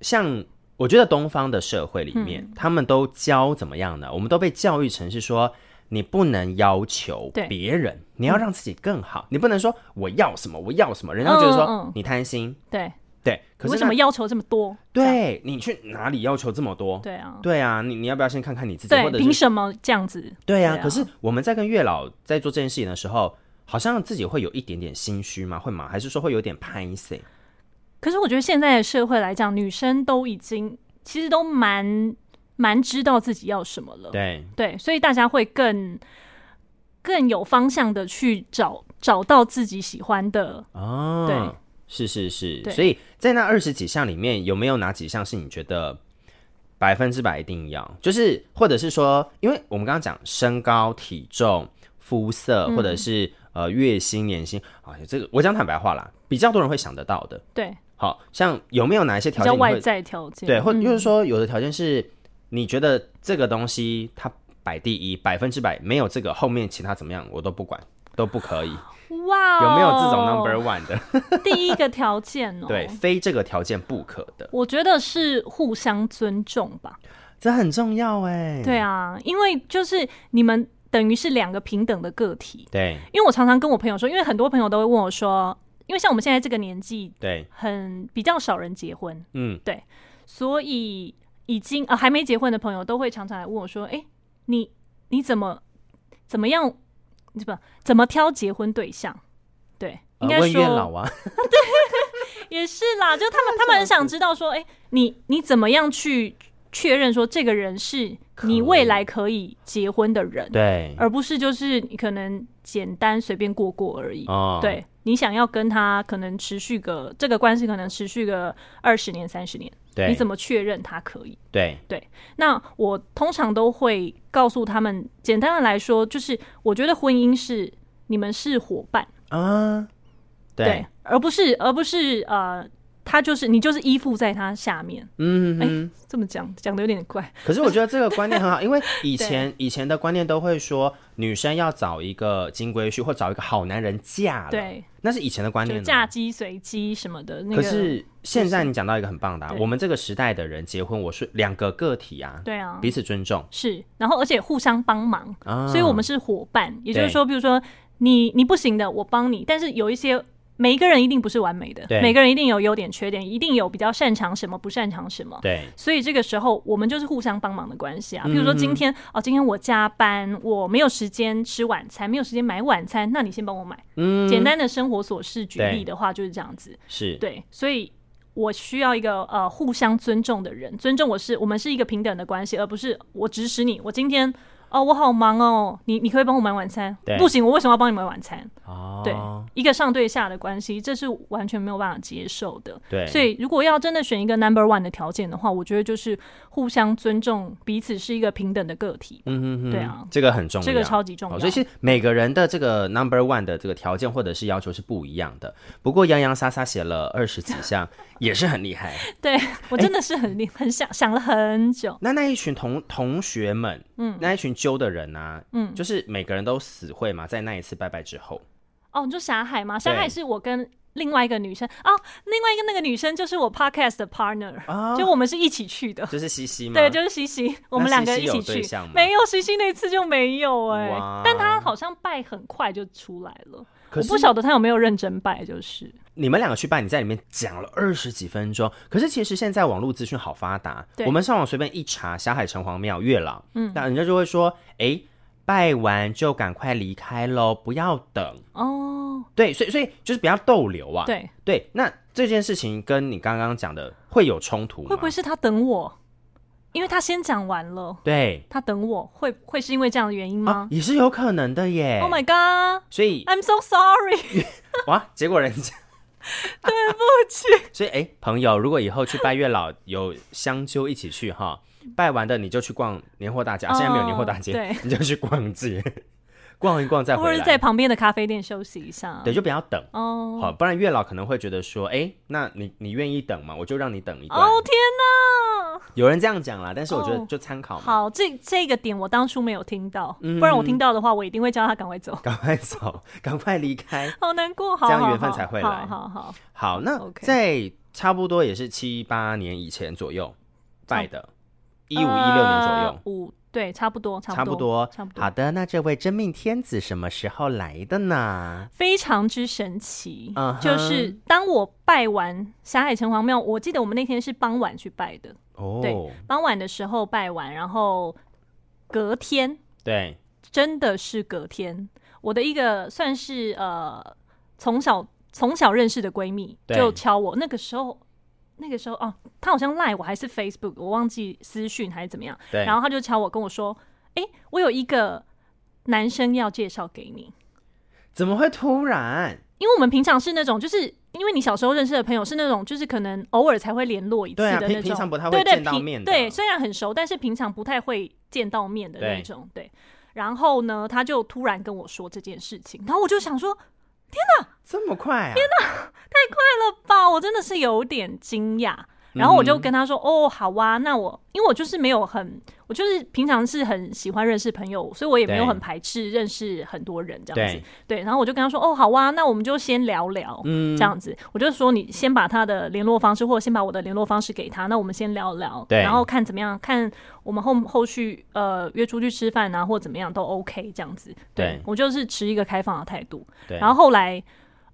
[SPEAKER 1] 像我觉得东方的社会里面，
[SPEAKER 2] 嗯
[SPEAKER 1] 他们都教怎么样呢？我们都被教育成是说，你不能要求
[SPEAKER 2] 对嗯
[SPEAKER 1] 别人，你要让自己更好，你不能说我要什么我要什么，人家会觉得说、
[SPEAKER 2] 嗯嗯嗯
[SPEAKER 1] 你贪心，
[SPEAKER 2] 对，
[SPEAKER 1] 对，可
[SPEAKER 2] 你
[SPEAKER 1] 是
[SPEAKER 2] 为
[SPEAKER 1] 那
[SPEAKER 2] 什么要求这么多？这样
[SPEAKER 1] 对你去哪里要求这么多？
[SPEAKER 2] 对啊，
[SPEAKER 1] 对啊，你你要不要先看看你自己，或
[SPEAKER 2] 对，
[SPEAKER 1] 者
[SPEAKER 2] 凭
[SPEAKER 1] 是
[SPEAKER 2] 什么这样子？
[SPEAKER 1] 对啊？
[SPEAKER 2] 对啊
[SPEAKER 1] 可是我们在跟月老在做这件事情的时候，好像自己会有一点点心虚吗？会吗？还是说会有点拍死？
[SPEAKER 2] 可是我觉得现在的社会来讲，女生都已经其实都蛮蛮知道自己要什么了。
[SPEAKER 1] 对，
[SPEAKER 2] 对，所以大家会更更有方向的去找找到自己喜欢的。
[SPEAKER 1] 哦，
[SPEAKER 2] 对，
[SPEAKER 1] 是是是，
[SPEAKER 2] 对
[SPEAKER 1] 所以在那二十几项里面，有没有哪几项是你觉得百分之百一定要？就是或者是说，因为我们刚刚讲身高、体重、肤色，
[SPEAKER 2] 嗯
[SPEAKER 1] 或者是、呃月薪、年薪，啊，这个我讲坦白话啦，比较多人会想得到的。
[SPEAKER 2] 对，
[SPEAKER 1] 好像有没有哪一些
[SPEAKER 2] 比
[SPEAKER 1] 条
[SPEAKER 2] 较
[SPEAKER 1] 件你
[SPEAKER 2] 外
[SPEAKER 1] 会
[SPEAKER 2] 在条件。
[SPEAKER 1] 对，或
[SPEAKER 2] 嗯
[SPEAKER 1] 就是说有的条件是你觉得这个东西它摆第一，百分之百没有这个，后面其他怎么样我都不管，都不可以。
[SPEAKER 2] 哦哇、
[SPEAKER 1] 有没有这种 number one 的？
[SPEAKER 2] 第一个条件哦、
[SPEAKER 1] 对，，非这个条件不可的，
[SPEAKER 2] 我觉得是互相尊重吧。
[SPEAKER 1] 这很重要哎。
[SPEAKER 2] 对啊，因为就是你们等于是两个平等的个体。
[SPEAKER 1] 对
[SPEAKER 2] 因为我常常跟我朋友说，因为很多朋友都会问我说，因为像我们现在这个年纪，
[SPEAKER 1] 对，
[SPEAKER 2] 很比较少人结婚，
[SPEAKER 1] 嗯，
[SPEAKER 2] 所以已经呃还没结婚的朋友都会常常来问我说：“哎、你你怎么怎么样？怎么怎么挑结婚对象？”对，
[SPEAKER 1] 呃
[SPEAKER 2] 应该
[SPEAKER 1] 问月
[SPEAKER 2] 说、
[SPEAKER 1] 老啊，
[SPEAKER 2] 也是啦，就他 们他们很想知道说：“哎、你你怎么样去确认说这个人是你未来可以结婚的人，
[SPEAKER 1] 对，
[SPEAKER 2] 而不是就是你可能简单随便过过而已。”
[SPEAKER 1] 哦，
[SPEAKER 2] 对你想要跟他可能持续个这个关系，可能持续个二十年、三十年，
[SPEAKER 1] 对，
[SPEAKER 2] 你怎
[SPEAKER 1] 么
[SPEAKER 2] 么确认他可以？
[SPEAKER 1] 对
[SPEAKER 2] 那我通常都会告诉他们，简单的来说，就是我觉得婚姻是你们是伙伴，
[SPEAKER 1] 啊？
[SPEAKER 2] 对，，而不是而不是呃，他就是你就是依附在他下面。
[SPEAKER 1] 嗯
[SPEAKER 2] 哎
[SPEAKER 1] 嗯。
[SPEAKER 2] 这么讲讲的有点怪，
[SPEAKER 1] 可是我觉得这个观念很好， 因为以前以前的观念都会说女生要找一个金龟婿或找一个好男人嫁了，，
[SPEAKER 2] 对，
[SPEAKER 1] 那是以前的观
[SPEAKER 2] 就
[SPEAKER 1] 念哦。
[SPEAKER 2] 嫁鸡随鸡什么的那
[SPEAKER 1] 可
[SPEAKER 2] 个。
[SPEAKER 1] 是现在你讲到一个很棒的、啊，
[SPEAKER 2] 对
[SPEAKER 1] 我们这个时代的人结婚，我是两个个体啊，
[SPEAKER 2] 对啊，
[SPEAKER 1] 彼此尊重
[SPEAKER 2] 是，然后而且互相帮忙，
[SPEAKER 1] 啊，
[SPEAKER 2] 所以我们是伙伴。也就是
[SPEAKER 1] 对
[SPEAKER 2] 说，比如说你你不行的，我帮你。但是有一些每一个人一定不是完美的
[SPEAKER 1] 对，
[SPEAKER 2] 每个人一定有优点缺点，一定有比较擅长什么，不擅长什么。
[SPEAKER 1] 啊对
[SPEAKER 2] 所以这个时候，我们就是互相帮忙的关系啊。比如说
[SPEAKER 1] 嗯
[SPEAKER 2] 今天、哦，今天我加班，我没有时间吃晚餐，没有时间买晚餐，那你先帮我买。嗯，简单的生活琐事举例的话就是这样子。
[SPEAKER 1] 是，
[SPEAKER 2] 对，所以我需要一个呃互相尊重的人，尊重我是我们是一个平等的关系，而不是我指使你。我今天哦，我好忙哦，你你可以帮我买晚餐
[SPEAKER 1] 对？
[SPEAKER 2] 不行，我为什么要帮你买晚餐？
[SPEAKER 1] 哦，
[SPEAKER 2] 对一个上对下的关系，这是完全没有办法接受的。
[SPEAKER 1] 对，
[SPEAKER 2] 所以，如果要真的选一个 number one 的条件的话，我觉得就是互相尊重，彼此是一个平等的个体，
[SPEAKER 1] 嗯哼哼，
[SPEAKER 2] 对啊
[SPEAKER 1] 这个很重要，
[SPEAKER 2] 这个超级重
[SPEAKER 1] 好，
[SPEAKER 2] 要。
[SPEAKER 1] 所以是每个人的这个 number one 的这个条件或者是要求是不一样的。不过洋洋洒洒写了二十几 项，也是很厉害。
[SPEAKER 2] 对我真的是很厉、很想想了很久，
[SPEAKER 1] 那那一群同同学们，嗯，那一群揪的人啊，嗯，就是每个人都死会嘛，在那一次拜拜之后，
[SPEAKER 2] 哦，你说霞海吗？霞
[SPEAKER 1] 对
[SPEAKER 2] 海是我跟另外一个女生哦，另外一个那个女生就是我 podcast 的 partner，、就
[SPEAKER 1] 哦
[SPEAKER 2] 我们是一起去的。
[SPEAKER 1] 就是西西嘛，
[SPEAKER 2] 哦对，就是西西，我们两个一起
[SPEAKER 1] 西西有对
[SPEAKER 2] 去
[SPEAKER 1] 象吗。
[SPEAKER 2] 没有西西那次就没有哎、
[SPEAKER 1] 哇
[SPEAKER 2] 但他好像拜很快就出来了，
[SPEAKER 1] 可
[SPEAKER 2] 我
[SPEAKER 1] 是
[SPEAKER 2] 不晓得他有没有认真拜，就是
[SPEAKER 1] 你们两个去拜，你在里面讲了二十几分钟。可是其实现在网络资讯好发达，
[SPEAKER 2] 对
[SPEAKER 1] 我们上网随便一查，霞海城隍庙、月老，嗯，那人家就会说，哎，拜完就赶快离开喽，不要等。
[SPEAKER 2] 哦，
[SPEAKER 1] 对，所以所以就是不要逗留啊。
[SPEAKER 2] 对，
[SPEAKER 1] 对，那这件事情跟你刚刚讲的会有冲突吗？
[SPEAKER 2] 会不会是他等我？因为他先讲完了，
[SPEAKER 1] 对
[SPEAKER 2] 他等我，会会是因为这样的原因
[SPEAKER 1] 啊
[SPEAKER 2] 吗、
[SPEAKER 1] 也是有可能的耶。
[SPEAKER 2] ？Oh my god！
[SPEAKER 1] 所以
[SPEAKER 2] I'm so sorry，
[SPEAKER 1] 哇，结果人 家
[SPEAKER 2] 不起。
[SPEAKER 1] 所以哎，朋友，如果以后去拜月老有相揪一起去哈，拜完的你就去逛年货大街，啊现在没有年货大街，
[SPEAKER 2] 哦对
[SPEAKER 1] 你就去逛街，逛一逛再
[SPEAKER 2] 或
[SPEAKER 1] 回
[SPEAKER 2] 者
[SPEAKER 1] 来，
[SPEAKER 2] 在旁边的咖啡店休息一下。
[SPEAKER 1] 对，就不要等。
[SPEAKER 2] 哦，
[SPEAKER 1] 好，不然月老可能会觉得说，哎，那你你愿意等吗？我就让你等一段。
[SPEAKER 2] 哦天哪！
[SPEAKER 1] 有人这样讲啦，但是我觉得
[SPEAKER 2] 哦
[SPEAKER 1] 就参考嘛。
[SPEAKER 2] 好，这这个点我当初没有听到，
[SPEAKER 1] 嗯
[SPEAKER 2] 不然我听到的话，我一定会叫他赶快走。
[SPEAKER 1] 赶快走，赶快离开。
[SPEAKER 2] 好难过，好
[SPEAKER 1] 这样
[SPEAKER 2] 好
[SPEAKER 1] 缘分
[SPEAKER 2] 好
[SPEAKER 1] 才会
[SPEAKER 2] 好
[SPEAKER 1] 来
[SPEAKER 2] 好好，
[SPEAKER 1] 好，那
[SPEAKER 2] OK
[SPEAKER 1] 在差不多也是七八年以前左右拜的，一五一六年左
[SPEAKER 2] 呃
[SPEAKER 1] 右，
[SPEAKER 2] 五对，差不多，差
[SPEAKER 1] 差
[SPEAKER 2] 不
[SPEAKER 1] 不多，
[SPEAKER 2] 差不
[SPEAKER 1] 好
[SPEAKER 2] 多。
[SPEAKER 1] 的，那这位真命天子什么时候来的呢？
[SPEAKER 2] 非常之神奇
[SPEAKER 1] 嗯哼
[SPEAKER 2] 就是当我拜完霞海城隍庙，我记得我们那天是傍晚去拜的，
[SPEAKER 1] 哦
[SPEAKER 2] 对，傍晚的时候拜完，然后隔天
[SPEAKER 1] 对，
[SPEAKER 2] 真的是隔天，我的一个算是呃从小从小认识的闺蜜
[SPEAKER 1] 对
[SPEAKER 2] 就敲我，那个时候那个时候哦，她好像赖我还是 Facebook，我忘记私讯还是怎么样，
[SPEAKER 1] 对
[SPEAKER 2] 然后她就敲我跟我说，诶，我有一个男生要介绍给你，
[SPEAKER 1] 怎么会突然？
[SPEAKER 2] 因为我们平常是那种就是。因为你小时候认识的朋友是那种，就是可能偶尔才会联络一次
[SPEAKER 1] 对啊
[SPEAKER 2] 的那
[SPEAKER 1] 平
[SPEAKER 2] 种，
[SPEAKER 1] 平常不太会
[SPEAKER 2] 对对
[SPEAKER 1] 见到
[SPEAKER 2] 平
[SPEAKER 1] 面的
[SPEAKER 2] 对，虽然很熟，但是平常不太会见到面的那
[SPEAKER 1] 对
[SPEAKER 2] 种，对。然后呢，他就突然跟我说这件事情，然后我就想说，
[SPEAKER 1] 这么快啊！天哪！
[SPEAKER 2] 吧，我真的是有点惊讶。
[SPEAKER 1] 嗯
[SPEAKER 2] 然后我就跟他说：“哦，好啊，那我因为我就是没有很，我就是平常是很喜欢认识朋友，所以我也没有
[SPEAKER 1] 对
[SPEAKER 2] 很排斥认识很多人这样子
[SPEAKER 1] 对。
[SPEAKER 2] 对，然后我就跟他说：哦，好啊，那我们就先聊聊，
[SPEAKER 1] 嗯
[SPEAKER 2] 这样子。我就说你先把他的联络方式，或者先把我的联络方式给他，那我们先聊聊，
[SPEAKER 1] 对
[SPEAKER 2] 然后看怎么样，看我们后后续呃约出去吃饭啊，或怎么样都 OK 这样子。
[SPEAKER 1] 对
[SPEAKER 2] 我就是持一个开放的态度。
[SPEAKER 1] 对，
[SPEAKER 2] 然后后来，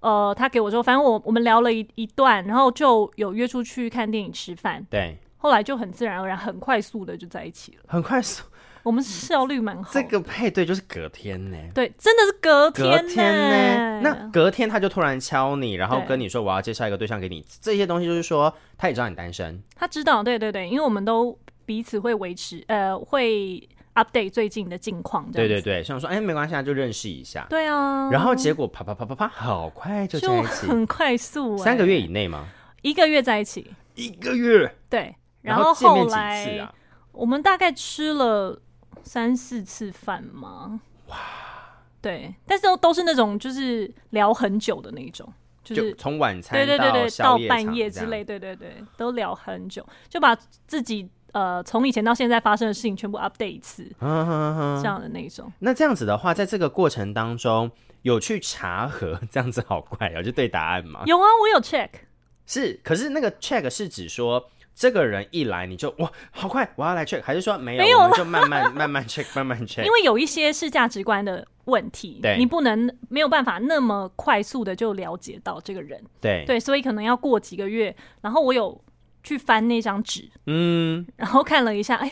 [SPEAKER 2] 呃，他给我说，反正我我们聊了一一段，然后就有约出去看电影、吃饭，
[SPEAKER 1] 对，
[SPEAKER 2] 后来就很自然而然、很快速的就在一起了。
[SPEAKER 1] 很快速，
[SPEAKER 2] 我们效率蛮好的，
[SPEAKER 1] 这个配对就是隔天呢。
[SPEAKER 2] 对，真的是隔
[SPEAKER 1] 隔
[SPEAKER 2] 天
[SPEAKER 1] 天呢？那隔天他就突然敲你，然后
[SPEAKER 2] 对
[SPEAKER 1] 跟你说我要介绍一个对象给你。这些东西就是说，他也知道你单身，
[SPEAKER 2] 他知道，对对对，因为我们都彼此会维持，呃，会 update 最近的近况，这
[SPEAKER 1] 对
[SPEAKER 2] 样
[SPEAKER 1] 对
[SPEAKER 2] 子
[SPEAKER 1] 对，想说哎没关系啊，就认识一下。
[SPEAKER 2] 对啊，
[SPEAKER 1] 然后结果啪啪啪啪啪，好快就在
[SPEAKER 2] 就
[SPEAKER 1] 一起，
[SPEAKER 2] 很快 速、
[SPEAKER 1] 三个
[SPEAKER 2] 月，
[SPEAKER 1] 月以内吗？
[SPEAKER 2] 一个月在一起，
[SPEAKER 1] 一个月，
[SPEAKER 2] 对，
[SPEAKER 1] 然
[SPEAKER 2] 后
[SPEAKER 1] 见面
[SPEAKER 2] 后
[SPEAKER 1] 几
[SPEAKER 2] 来
[SPEAKER 1] 次啊？
[SPEAKER 2] 我们大概吃了三四次饭嘛。哇！对，但是都都是那种就是聊很久的那一种，就是
[SPEAKER 1] 就从晚餐
[SPEAKER 2] 对对对对，
[SPEAKER 1] 宵
[SPEAKER 2] 到
[SPEAKER 1] 夜
[SPEAKER 2] 半
[SPEAKER 1] 场
[SPEAKER 2] 夜
[SPEAKER 1] 这
[SPEAKER 2] 之
[SPEAKER 1] 样
[SPEAKER 2] 类，对对对，都聊很久，就把自己呃从以前到现在发生的事情全部 update 一次，
[SPEAKER 1] 嗯哼哼。
[SPEAKER 2] 这样的那一种。
[SPEAKER 1] 那这样子的话，在这个过程当中有去查核， 这样子好快哦，就对答案 嘛。
[SPEAKER 2] 有啊，我有 check，
[SPEAKER 1] 是，可是那个 check 是指说。这个人一来你就哇，好快，我要来 check，还是说没有，
[SPEAKER 2] 没有
[SPEAKER 1] 我们就慢慢慢慢 check，慢慢 check，
[SPEAKER 2] 因为有一些是价值观的问题
[SPEAKER 1] 对，
[SPEAKER 2] 你不能没有办法那么快速的就了解到这个人，
[SPEAKER 1] 对，
[SPEAKER 2] 对，所以可能要过几个月。然后我有去翻那张纸，
[SPEAKER 1] 嗯，
[SPEAKER 2] 然后看了一下，哎、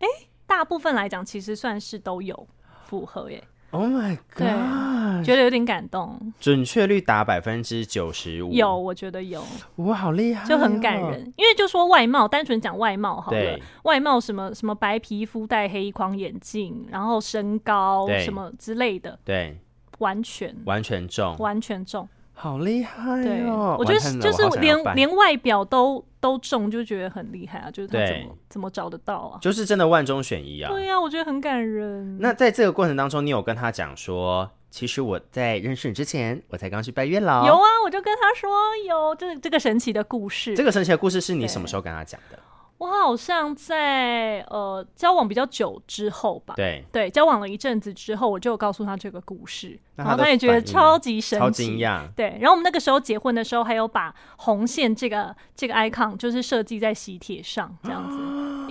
[SPEAKER 2] 哎、大部分来讲其实算是都有符合耶。
[SPEAKER 1] Oh my
[SPEAKER 2] 对
[SPEAKER 1] god！
[SPEAKER 2] 觉得有点感动。
[SPEAKER 1] 准确率达百分之九十五，
[SPEAKER 2] 有，我觉得有，
[SPEAKER 1] 哇，好厉害、哦
[SPEAKER 2] 就很感。人。因为就说外貌，单纯讲外貌好了
[SPEAKER 1] 对，
[SPEAKER 2] 外貌什么什么白皮肤、戴黑框眼镜，然后身高
[SPEAKER 1] 对
[SPEAKER 2] 什么之类的，
[SPEAKER 1] 对，
[SPEAKER 2] 完全
[SPEAKER 1] 完全中，
[SPEAKER 2] 完全中。
[SPEAKER 1] 好厉害
[SPEAKER 2] 对，
[SPEAKER 1] 哦！
[SPEAKER 2] 我觉
[SPEAKER 1] 完蛋
[SPEAKER 2] 得
[SPEAKER 1] 了
[SPEAKER 2] 就
[SPEAKER 1] 我好
[SPEAKER 2] 是
[SPEAKER 1] 想要
[SPEAKER 2] 连
[SPEAKER 1] 办
[SPEAKER 2] 连外表都都中，就觉得很厉害啊！就是他怎
[SPEAKER 1] 对
[SPEAKER 2] 么怎么找得到啊？
[SPEAKER 1] 就是真的万中选一啊。
[SPEAKER 2] 对呀、啊，我觉得很感人。
[SPEAKER 1] 那在这个过程当中，你有跟他讲说，其实我在认识你之前，我才刚去拜月老。
[SPEAKER 2] 有啊，我就跟他说有这这个神奇的故事。
[SPEAKER 1] 这个神奇的故事是你
[SPEAKER 2] 对
[SPEAKER 1] 什么时候跟他讲的？
[SPEAKER 2] 我好像在呃交往比较久之后吧，
[SPEAKER 1] 对，
[SPEAKER 2] 对，交往了一阵子之后，我就有告诉他这个故事，
[SPEAKER 1] 那
[SPEAKER 2] 然
[SPEAKER 1] 他的
[SPEAKER 2] 后他也觉得
[SPEAKER 1] 反应呢
[SPEAKER 2] 超级神奇，
[SPEAKER 1] 超惊讶。
[SPEAKER 2] 对，然后我们那个时候结婚的时候，还有把红线这个这个 icon 就是设计在喜帖上这 样子，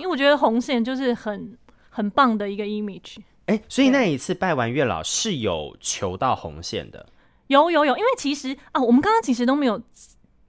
[SPEAKER 2] 因为我觉得红线就是很很棒的一个 image。
[SPEAKER 1] 哎，所以
[SPEAKER 2] 对
[SPEAKER 1] 那一次拜完月老是有求到红线的。
[SPEAKER 2] 有有有，因为其实啊，我们刚刚其实都没有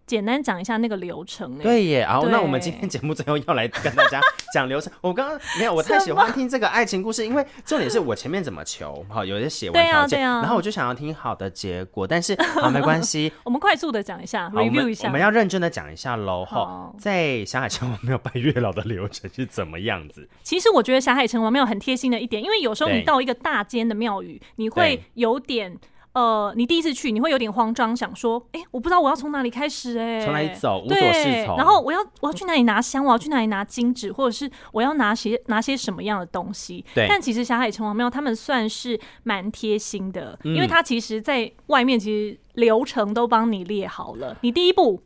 [SPEAKER 2] 简单讲一下那个流程、欸。，
[SPEAKER 1] 对耶，好，
[SPEAKER 2] 对
[SPEAKER 1] 那我们今天节目最后要来跟大 家讲流程。我刚刚没有，我太喜欢听这个爱情故事，因为重点是我前面怎么求，好，有些写完
[SPEAKER 2] 对啊
[SPEAKER 1] 条件，
[SPEAKER 2] 对啊
[SPEAKER 1] 然后我就想要听好的结果，但 是好没关系，
[SPEAKER 2] 我们快速的讲一下
[SPEAKER 1] 好，我
[SPEAKER 2] ，review
[SPEAKER 1] 们
[SPEAKER 2] 一
[SPEAKER 1] 我
[SPEAKER 2] 下
[SPEAKER 1] 们。要认真的讲一下喽。哈
[SPEAKER 2] 好，
[SPEAKER 1] 在霞海城隍庙拜月老的流程是怎么样子？
[SPEAKER 2] 其实我觉得霞海城隍庙很贴心的一点，因为有时候
[SPEAKER 1] 对
[SPEAKER 2] 你到一个大间的庙宇，你
[SPEAKER 1] 对
[SPEAKER 2] 会有点。呃，你第一次去，你会有点慌张，想说，哎、我不知道我要从哪里开始、哎，
[SPEAKER 1] 从哪里走无所
[SPEAKER 2] 对，
[SPEAKER 1] 适从
[SPEAKER 2] 然后我要我要去哪里拿香，我要去哪里拿金纸，或者是我要拿些拿些什么样的东西？
[SPEAKER 1] 对
[SPEAKER 2] 但其实霞海城隍庙他们算是蛮贴心的，
[SPEAKER 1] 嗯
[SPEAKER 2] 因为他其实在外面其实流程都帮你列好了，你第一步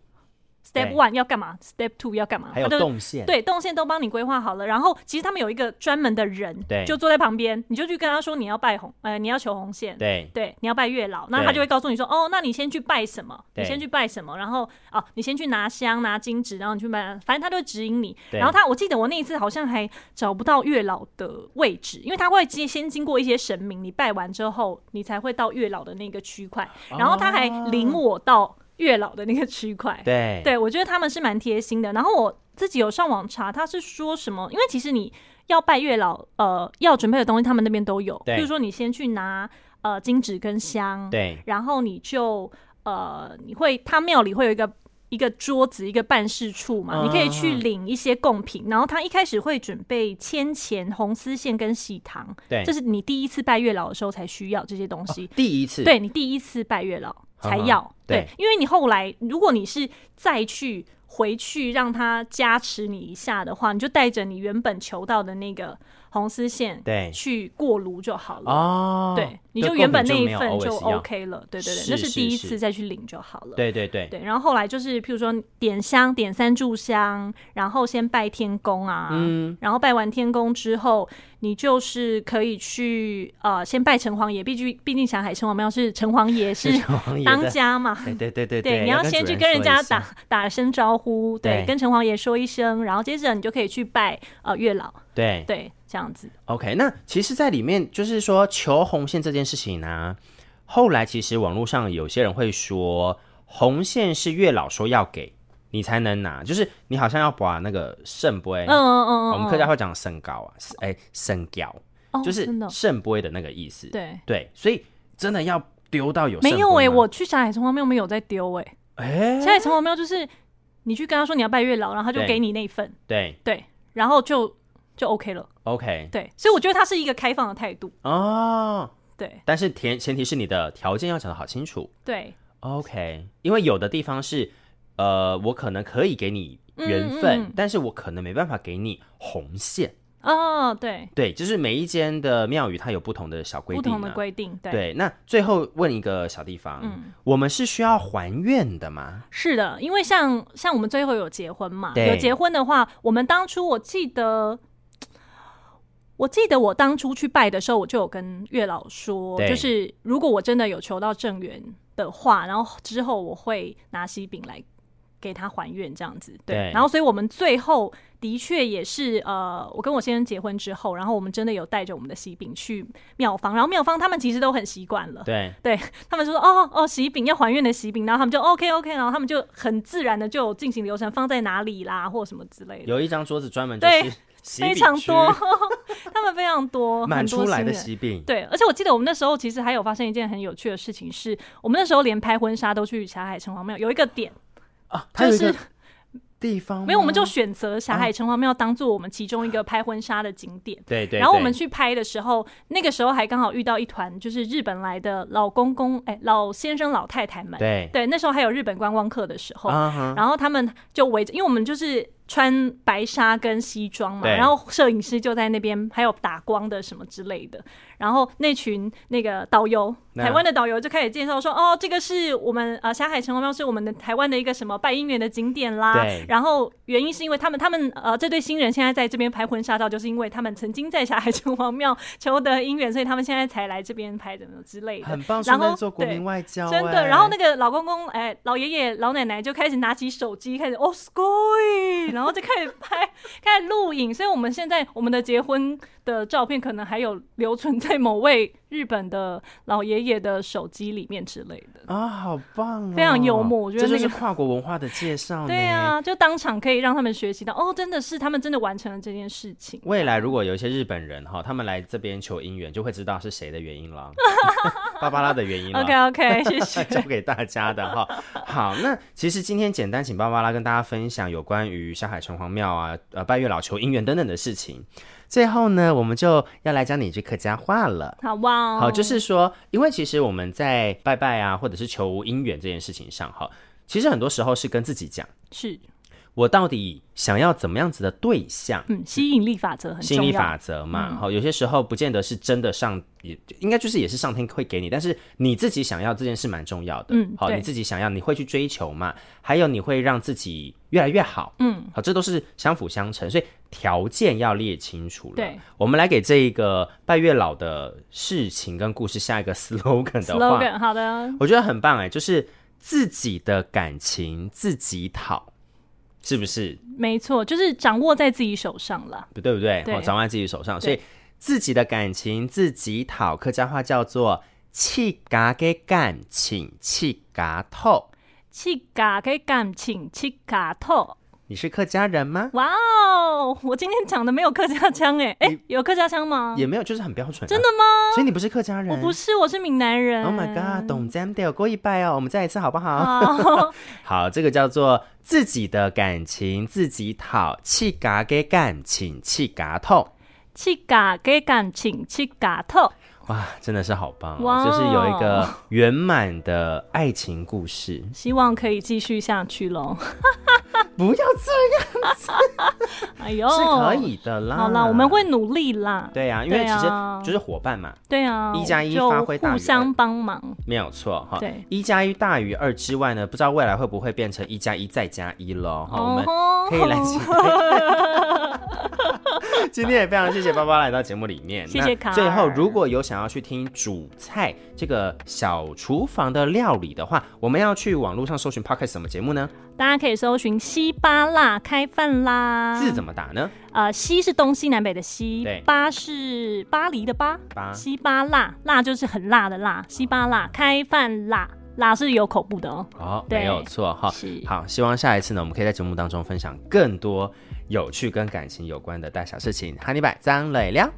[SPEAKER 2] step
[SPEAKER 1] 对
[SPEAKER 2] one 要干嘛，step two 要干嘛，
[SPEAKER 1] 还有
[SPEAKER 2] 它都
[SPEAKER 1] 动线，
[SPEAKER 2] 对，动线都帮你规划好了。然后其实他们有一个专门的人，
[SPEAKER 1] 对
[SPEAKER 2] 就坐在旁边，你就去跟他说你要拜红，呃，你要求红线，
[SPEAKER 1] 对
[SPEAKER 2] 对，你要拜月老，那他就会告诉你说，哦，那你先去拜什么，
[SPEAKER 1] 对
[SPEAKER 2] 你先去拜什么，然后哦，你先去拿香拿金纸，然后你去拜，反正他就会指引你。
[SPEAKER 1] 对
[SPEAKER 2] 然后他，我记得我那一次好像还找不到月老的位置，因为他会先先经过一些神明，你拜完之后，你才会到月老的那个区块，
[SPEAKER 1] 哦
[SPEAKER 2] 然后他还领我到月老的那个区块。
[SPEAKER 1] 对
[SPEAKER 2] 对，我觉得他们是蛮贴心的。然后我自己有上网查，他是说什么？因为其实你要拜月老，呃，要准备的东西他们那边都有。
[SPEAKER 1] 对
[SPEAKER 2] 比如说你先去拿呃金纸跟香，
[SPEAKER 1] 对
[SPEAKER 2] 然后你就呃，你会他庙里会有一个。一个桌子，一个办事处嘛，你可以去
[SPEAKER 1] 嗯
[SPEAKER 2] 领一些贡品。然后他一开始会准备铅钱、红丝线跟喜糖，
[SPEAKER 1] 对
[SPEAKER 2] 这是你第一次拜月老的时候才需要这些东西。
[SPEAKER 1] 第一次，
[SPEAKER 2] 对你第一次拜月老才
[SPEAKER 1] 嗯哼
[SPEAKER 2] 要，对，
[SPEAKER 1] 对
[SPEAKER 2] 因为你后来如果你是再去回去让他加持你一下的话，你就带着你原本求到的那个红丝线
[SPEAKER 1] 对
[SPEAKER 2] 去过炉就好了。
[SPEAKER 1] 哦，
[SPEAKER 2] 对，你就原本那一份
[SPEAKER 1] 就根本没有
[SPEAKER 2] 就
[SPEAKER 1] always 一样
[SPEAKER 2] OK 了，对对对，
[SPEAKER 1] 是
[SPEAKER 2] 那
[SPEAKER 1] 是
[SPEAKER 2] 第一
[SPEAKER 1] 是
[SPEAKER 2] 次再去领就好了。
[SPEAKER 1] 对对对
[SPEAKER 2] 对，然后后来就是，譬如说点香，点三炷香，然后先拜天公啊，
[SPEAKER 1] 嗯
[SPEAKER 2] 然后拜完天公之后，你就是可以去呃，先拜城隍爷，毕竟毕竟霞海城隍庙是城隍爷是
[SPEAKER 1] 城隍爷的
[SPEAKER 2] 当家嘛，
[SPEAKER 1] 对对对对
[SPEAKER 2] 对，你要先去跟人家打打声招呼，对，
[SPEAKER 1] 对
[SPEAKER 2] 跟城隍爷说一声，然后接着你就可以去拜呃月老，
[SPEAKER 1] 对
[SPEAKER 2] 对，这样子。
[SPEAKER 1] OK，那其实，在里面就是说求红线这件事情呢、后来其实网络上有些人会说，红线是月老说要给你才能拿，就是你好像要把那个圣杯，
[SPEAKER 2] 嗯嗯嗯嗯，
[SPEAKER 1] 我们客
[SPEAKER 2] 嗯
[SPEAKER 1] 家会讲圣高啊，是哎圣高，
[SPEAKER 2] 哦
[SPEAKER 1] 就是
[SPEAKER 2] 真的
[SPEAKER 1] 圣杯的那个意思。
[SPEAKER 2] 对，
[SPEAKER 1] 对，所以真的要丢到有
[SPEAKER 2] 没有
[SPEAKER 1] 哎、
[SPEAKER 2] 哎、我去霞海城隍庙没有在丢哎、
[SPEAKER 1] 哎、
[SPEAKER 2] 霞海城隍庙就是你去跟他说你要拜月老，然后他就
[SPEAKER 1] 对
[SPEAKER 2] 给你那一份。
[SPEAKER 1] 对
[SPEAKER 2] 对，然后就就 OK 了。
[SPEAKER 1] ，OK
[SPEAKER 2] 对，所以我觉得它是一个开放的态度。
[SPEAKER 1] 哦，
[SPEAKER 2] 对
[SPEAKER 1] 但是前前提是你的条件要讲的好清楚。
[SPEAKER 2] 对，
[SPEAKER 1] OK，因为有的地方是，呃，我可能可以给你缘分，
[SPEAKER 2] 嗯嗯嗯
[SPEAKER 1] 但是我可能没办法给你红线。
[SPEAKER 2] 哦，对，
[SPEAKER 1] 对，就是每一间的庙宇它有不同的小规
[SPEAKER 2] 不
[SPEAKER 1] 定、啊，
[SPEAKER 2] 同的规定，对，嗯
[SPEAKER 1] 对，那最后问一个小地方，我们是需要还愿的吗？
[SPEAKER 2] 是的，因为像像我们最后有结婚嘛，
[SPEAKER 1] 对
[SPEAKER 2] 有结婚的话，我们当初我记得。我记得我当初去拜的时候，我就有跟月老说，
[SPEAKER 1] 对
[SPEAKER 2] 就是如果我真的有求到正缘的话，然后之后我会拿喜饼来给他还愿这样子。对，
[SPEAKER 1] 对
[SPEAKER 2] 然后所以我们最后的确也是呃，我跟我先生结婚之后，然后我们真的有带着我们的喜饼去庙方，然后庙方他们其实都很习惯了，
[SPEAKER 1] 对，
[SPEAKER 2] 对他们就说哦哦喜饼要还愿的喜饼，然后他们就 OK OK，然后他们就很自然的就有进行流程，放在哪里啦或什么之类的。
[SPEAKER 1] 有一张桌子专门就
[SPEAKER 2] 对
[SPEAKER 1] 是洗
[SPEAKER 2] 非
[SPEAKER 1] 笔
[SPEAKER 2] 常
[SPEAKER 1] 区
[SPEAKER 2] 多， 他们非常多，
[SPEAKER 1] 满
[SPEAKER 2] 很多
[SPEAKER 1] 出来
[SPEAKER 2] 新
[SPEAKER 1] 的
[SPEAKER 2] 人
[SPEAKER 1] 喜饼，
[SPEAKER 2] 对，而且我记得我们那时候其实还有发生一件很有趣的事情是，我们那时候连拍婚纱都去霞海城隍庙，有一个点
[SPEAKER 1] 啊，它
[SPEAKER 2] 就
[SPEAKER 1] 有一
[SPEAKER 2] 是
[SPEAKER 1] 个地方
[SPEAKER 2] 没有，我们
[SPEAKER 1] 吗
[SPEAKER 2] 就选择霞海城隍庙当做我们其中一个拍婚纱的景点。
[SPEAKER 1] 对对，
[SPEAKER 2] 然后我
[SPEAKER 1] 对
[SPEAKER 2] 们去拍的时候，那个时候还刚好遇到一团就是日本来的老公公，哎，老先生、老太太们。
[SPEAKER 1] 对
[SPEAKER 2] 那时候还有日本观光客的时候，
[SPEAKER 1] 啊哈，
[SPEAKER 2] 然后他们就围着，因为我们就是穿白纱跟西装嘛，
[SPEAKER 1] 对
[SPEAKER 2] 然后摄影师就在那边，还有打光的什么之类的。然后那群那个导游，
[SPEAKER 1] 那
[SPEAKER 2] 台湾的导游就开始介绍说，哦，这个是我们呃霞海城隍庙是我们的台湾的一个什么拜姻缘的景点啦
[SPEAKER 1] 对。
[SPEAKER 2] 然后原因是因为他们他们呃这对新人现在在这边拍婚纱照，就是因为他们曾经在霞海城隍庙求得姻缘，所以他们现在才来这边拍怎么之类的。
[SPEAKER 1] 很棒，
[SPEAKER 2] 然
[SPEAKER 1] 顺便
[SPEAKER 2] 后
[SPEAKER 1] 做国
[SPEAKER 2] 对
[SPEAKER 1] 民外交、
[SPEAKER 2] 真的。然后那个老公公，哎、老爷爷、老奶奶就开始拿起手机，开始哦 s c o y 然后就开始拍，开始录影。所以我们现在我们的结婚的照片可能还有留存在某位日本的老爷爷的手机里面之类的。
[SPEAKER 1] 啊，好棒、哦，
[SPEAKER 2] 非常幽默我觉得
[SPEAKER 1] 这就
[SPEAKER 2] 那
[SPEAKER 1] 是
[SPEAKER 2] 个
[SPEAKER 1] 跨国文化的介绍。
[SPEAKER 2] 对，啊，就当场可以让他们学习到，哦，真的是他们真的完成了这件事情。
[SPEAKER 1] 未来如果有一些日本人哈，他们来这边求姻缘，就会知道是谁的原因 了，芭芭拉的原因 了。
[SPEAKER 2] OK OK，谢
[SPEAKER 1] 教
[SPEAKER 2] 谢。
[SPEAKER 1] 给大家的哈。好，那其实今天简单请芭芭拉跟大家分享有关于上海城隍庙啊、呃拜月老求姻缘等等的事情。最后呢，我们就要来讲你一句客家话了。
[SPEAKER 2] 好哇、哦，
[SPEAKER 1] 好，就是嗯说，因为其实我们在拜拜啊，或者是求姻缘这件事情上哈，其实很多时候是跟自己讲，
[SPEAKER 2] 是，
[SPEAKER 1] 我到底想要怎么样子的对象。
[SPEAKER 2] 嗯，吸引力法则很
[SPEAKER 1] 吸引
[SPEAKER 2] 重
[SPEAKER 1] 力
[SPEAKER 2] 要嗯
[SPEAKER 1] 法。则嘛，好、有些时候不见得是真的上，也应该就是也是上天会给你，但是你自己想要这件事蛮重要的，
[SPEAKER 2] 嗯
[SPEAKER 1] 好、
[SPEAKER 2] 对
[SPEAKER 1] 你自己想要，你会去追求嘛，还有你会让自己越来越好，
[SPEAKER 2] 嗯，
[SPEAKER 1] 好，这都是相辅相成，所以条件要列清楚了。
[SPEAKER 2] 对，
[SPEAKER 1] 我们来给这一个拜月老的事情跟故事下一个 slogan 的话
[SPEAKER 2] slogan 好的，
[SPEAKER 1] 我觉得很棒哎、就是自己的感情自己讨，是不是？
[SPEAKER 2] 没错，就是掌握在自己手上了。
[SPEAKER 1] 对不对？
[SPEAKER 2] 对
[SPEAKER 1] 哦，掌握在自己手上，
[SPEAKER 2] 对
[SPEAKER 1] 所以自己的感情自己讨，客家话叫做“气嘎给感情气嘎透
[SPEAKER 2] 气嘎给感情气嘎透。”。
[SPEAKER 1] 你是客家人吗？
[SPEAKER 2] 哇哦，我今天讲的没有客家腔哎、哎、有客家腔吗？
[SPEAKER 1] 也没有，就是很标准、啊
[SPEAKER 2] 真的？吗？
[SPEAKER 1] 所以你不是客家人？
[SPEAKER 2] 我不。是，我是闽南人。
[SPEAKER 1] Oh my god，懂咱掉过一拜哦，我们再一次好不好？
[SPEAKER 2] 啊，
[SPEAKER 1] 好，这个叫做自己的感情自己讨，气嘎给感情气嘎透。
[SPEAKER 2] 气嘎给感情气嘎透。
[SPEAKER 1] 哇，真的是好棒、哦，
[SPEAKER 2] 哇
[SPEAKER 1] 就是有一个圆满的爱情故事。
[SPEAKER 2] 希望可以继续下去喽。
[SPEAKER 1] 不要这
[SPEAKER 2] 哎呦，
[SPEAKER 1] 是可。以的啦。
[SPEAKER 2] 好啦，我们会努力啦。
[SPEAKER 1] 对呀、因为
[SPEAKER 2] 对
[SPEAKER 1] 其实
[SPEAKER 2] 啊
[SPEAKER 1] 就是伙伴嘛，
[SPEAKER 2] 对啊，
[SPEAKER 1] 一加一
[SPEAKER 2] 就
[SPEAKER 1] 发挥大于
[SPEAKER 2] 互
[SPEAKER 1] 二
[SPEAKER 2] 相帮忙。
[SPEAKER 1] 没有错哈。
[SPEAKER 2] 对，
[SPEAKER 1] 一加一大于二之外呢，不知道未来会不会变成一加一再加一喽？哈，我们
[SPEAKER 2] 哦
[SPEAKER 1] 可以来期待。 今天也非常谢谢包包来到节目里面，
[SPEAKER 2] 谢谢
[SPEAKER 1] 那
[SPEAKER 2] 卡尔
[SPEAKER 1] 最后，如果有想要去听主菜这个小厨房的料理的话，我们要去网络上搜寻 Podcast 什么节目呢？
[SPEAKER 2] 大家可以搜寻西巴辣开饭啦。
[SPEAKER 1] 字怎么打呢？
[SPEAKER 2] 呃，西是东西南北的西
[SPEAKER 1] 对，
[SPEAKER 2] 巴是巴黎的巴，
[SPEAKER 1] 巴
[SPEAKER 2] 西巴辣，辣就是很辣的辣，西巴辣，开饭辣，辣是有口部的哦。
[SPEAKER 1] 哦，
[SPEAKER 2] 对
[SPEAKER 1] 没有错哈
[SPEAKER 2] 是。
[SPEAKER 1] 好，希望下一次呢，我们可以在节目当中分享更多有趣跟感情有关的大小事情。哈尼百张磊亮，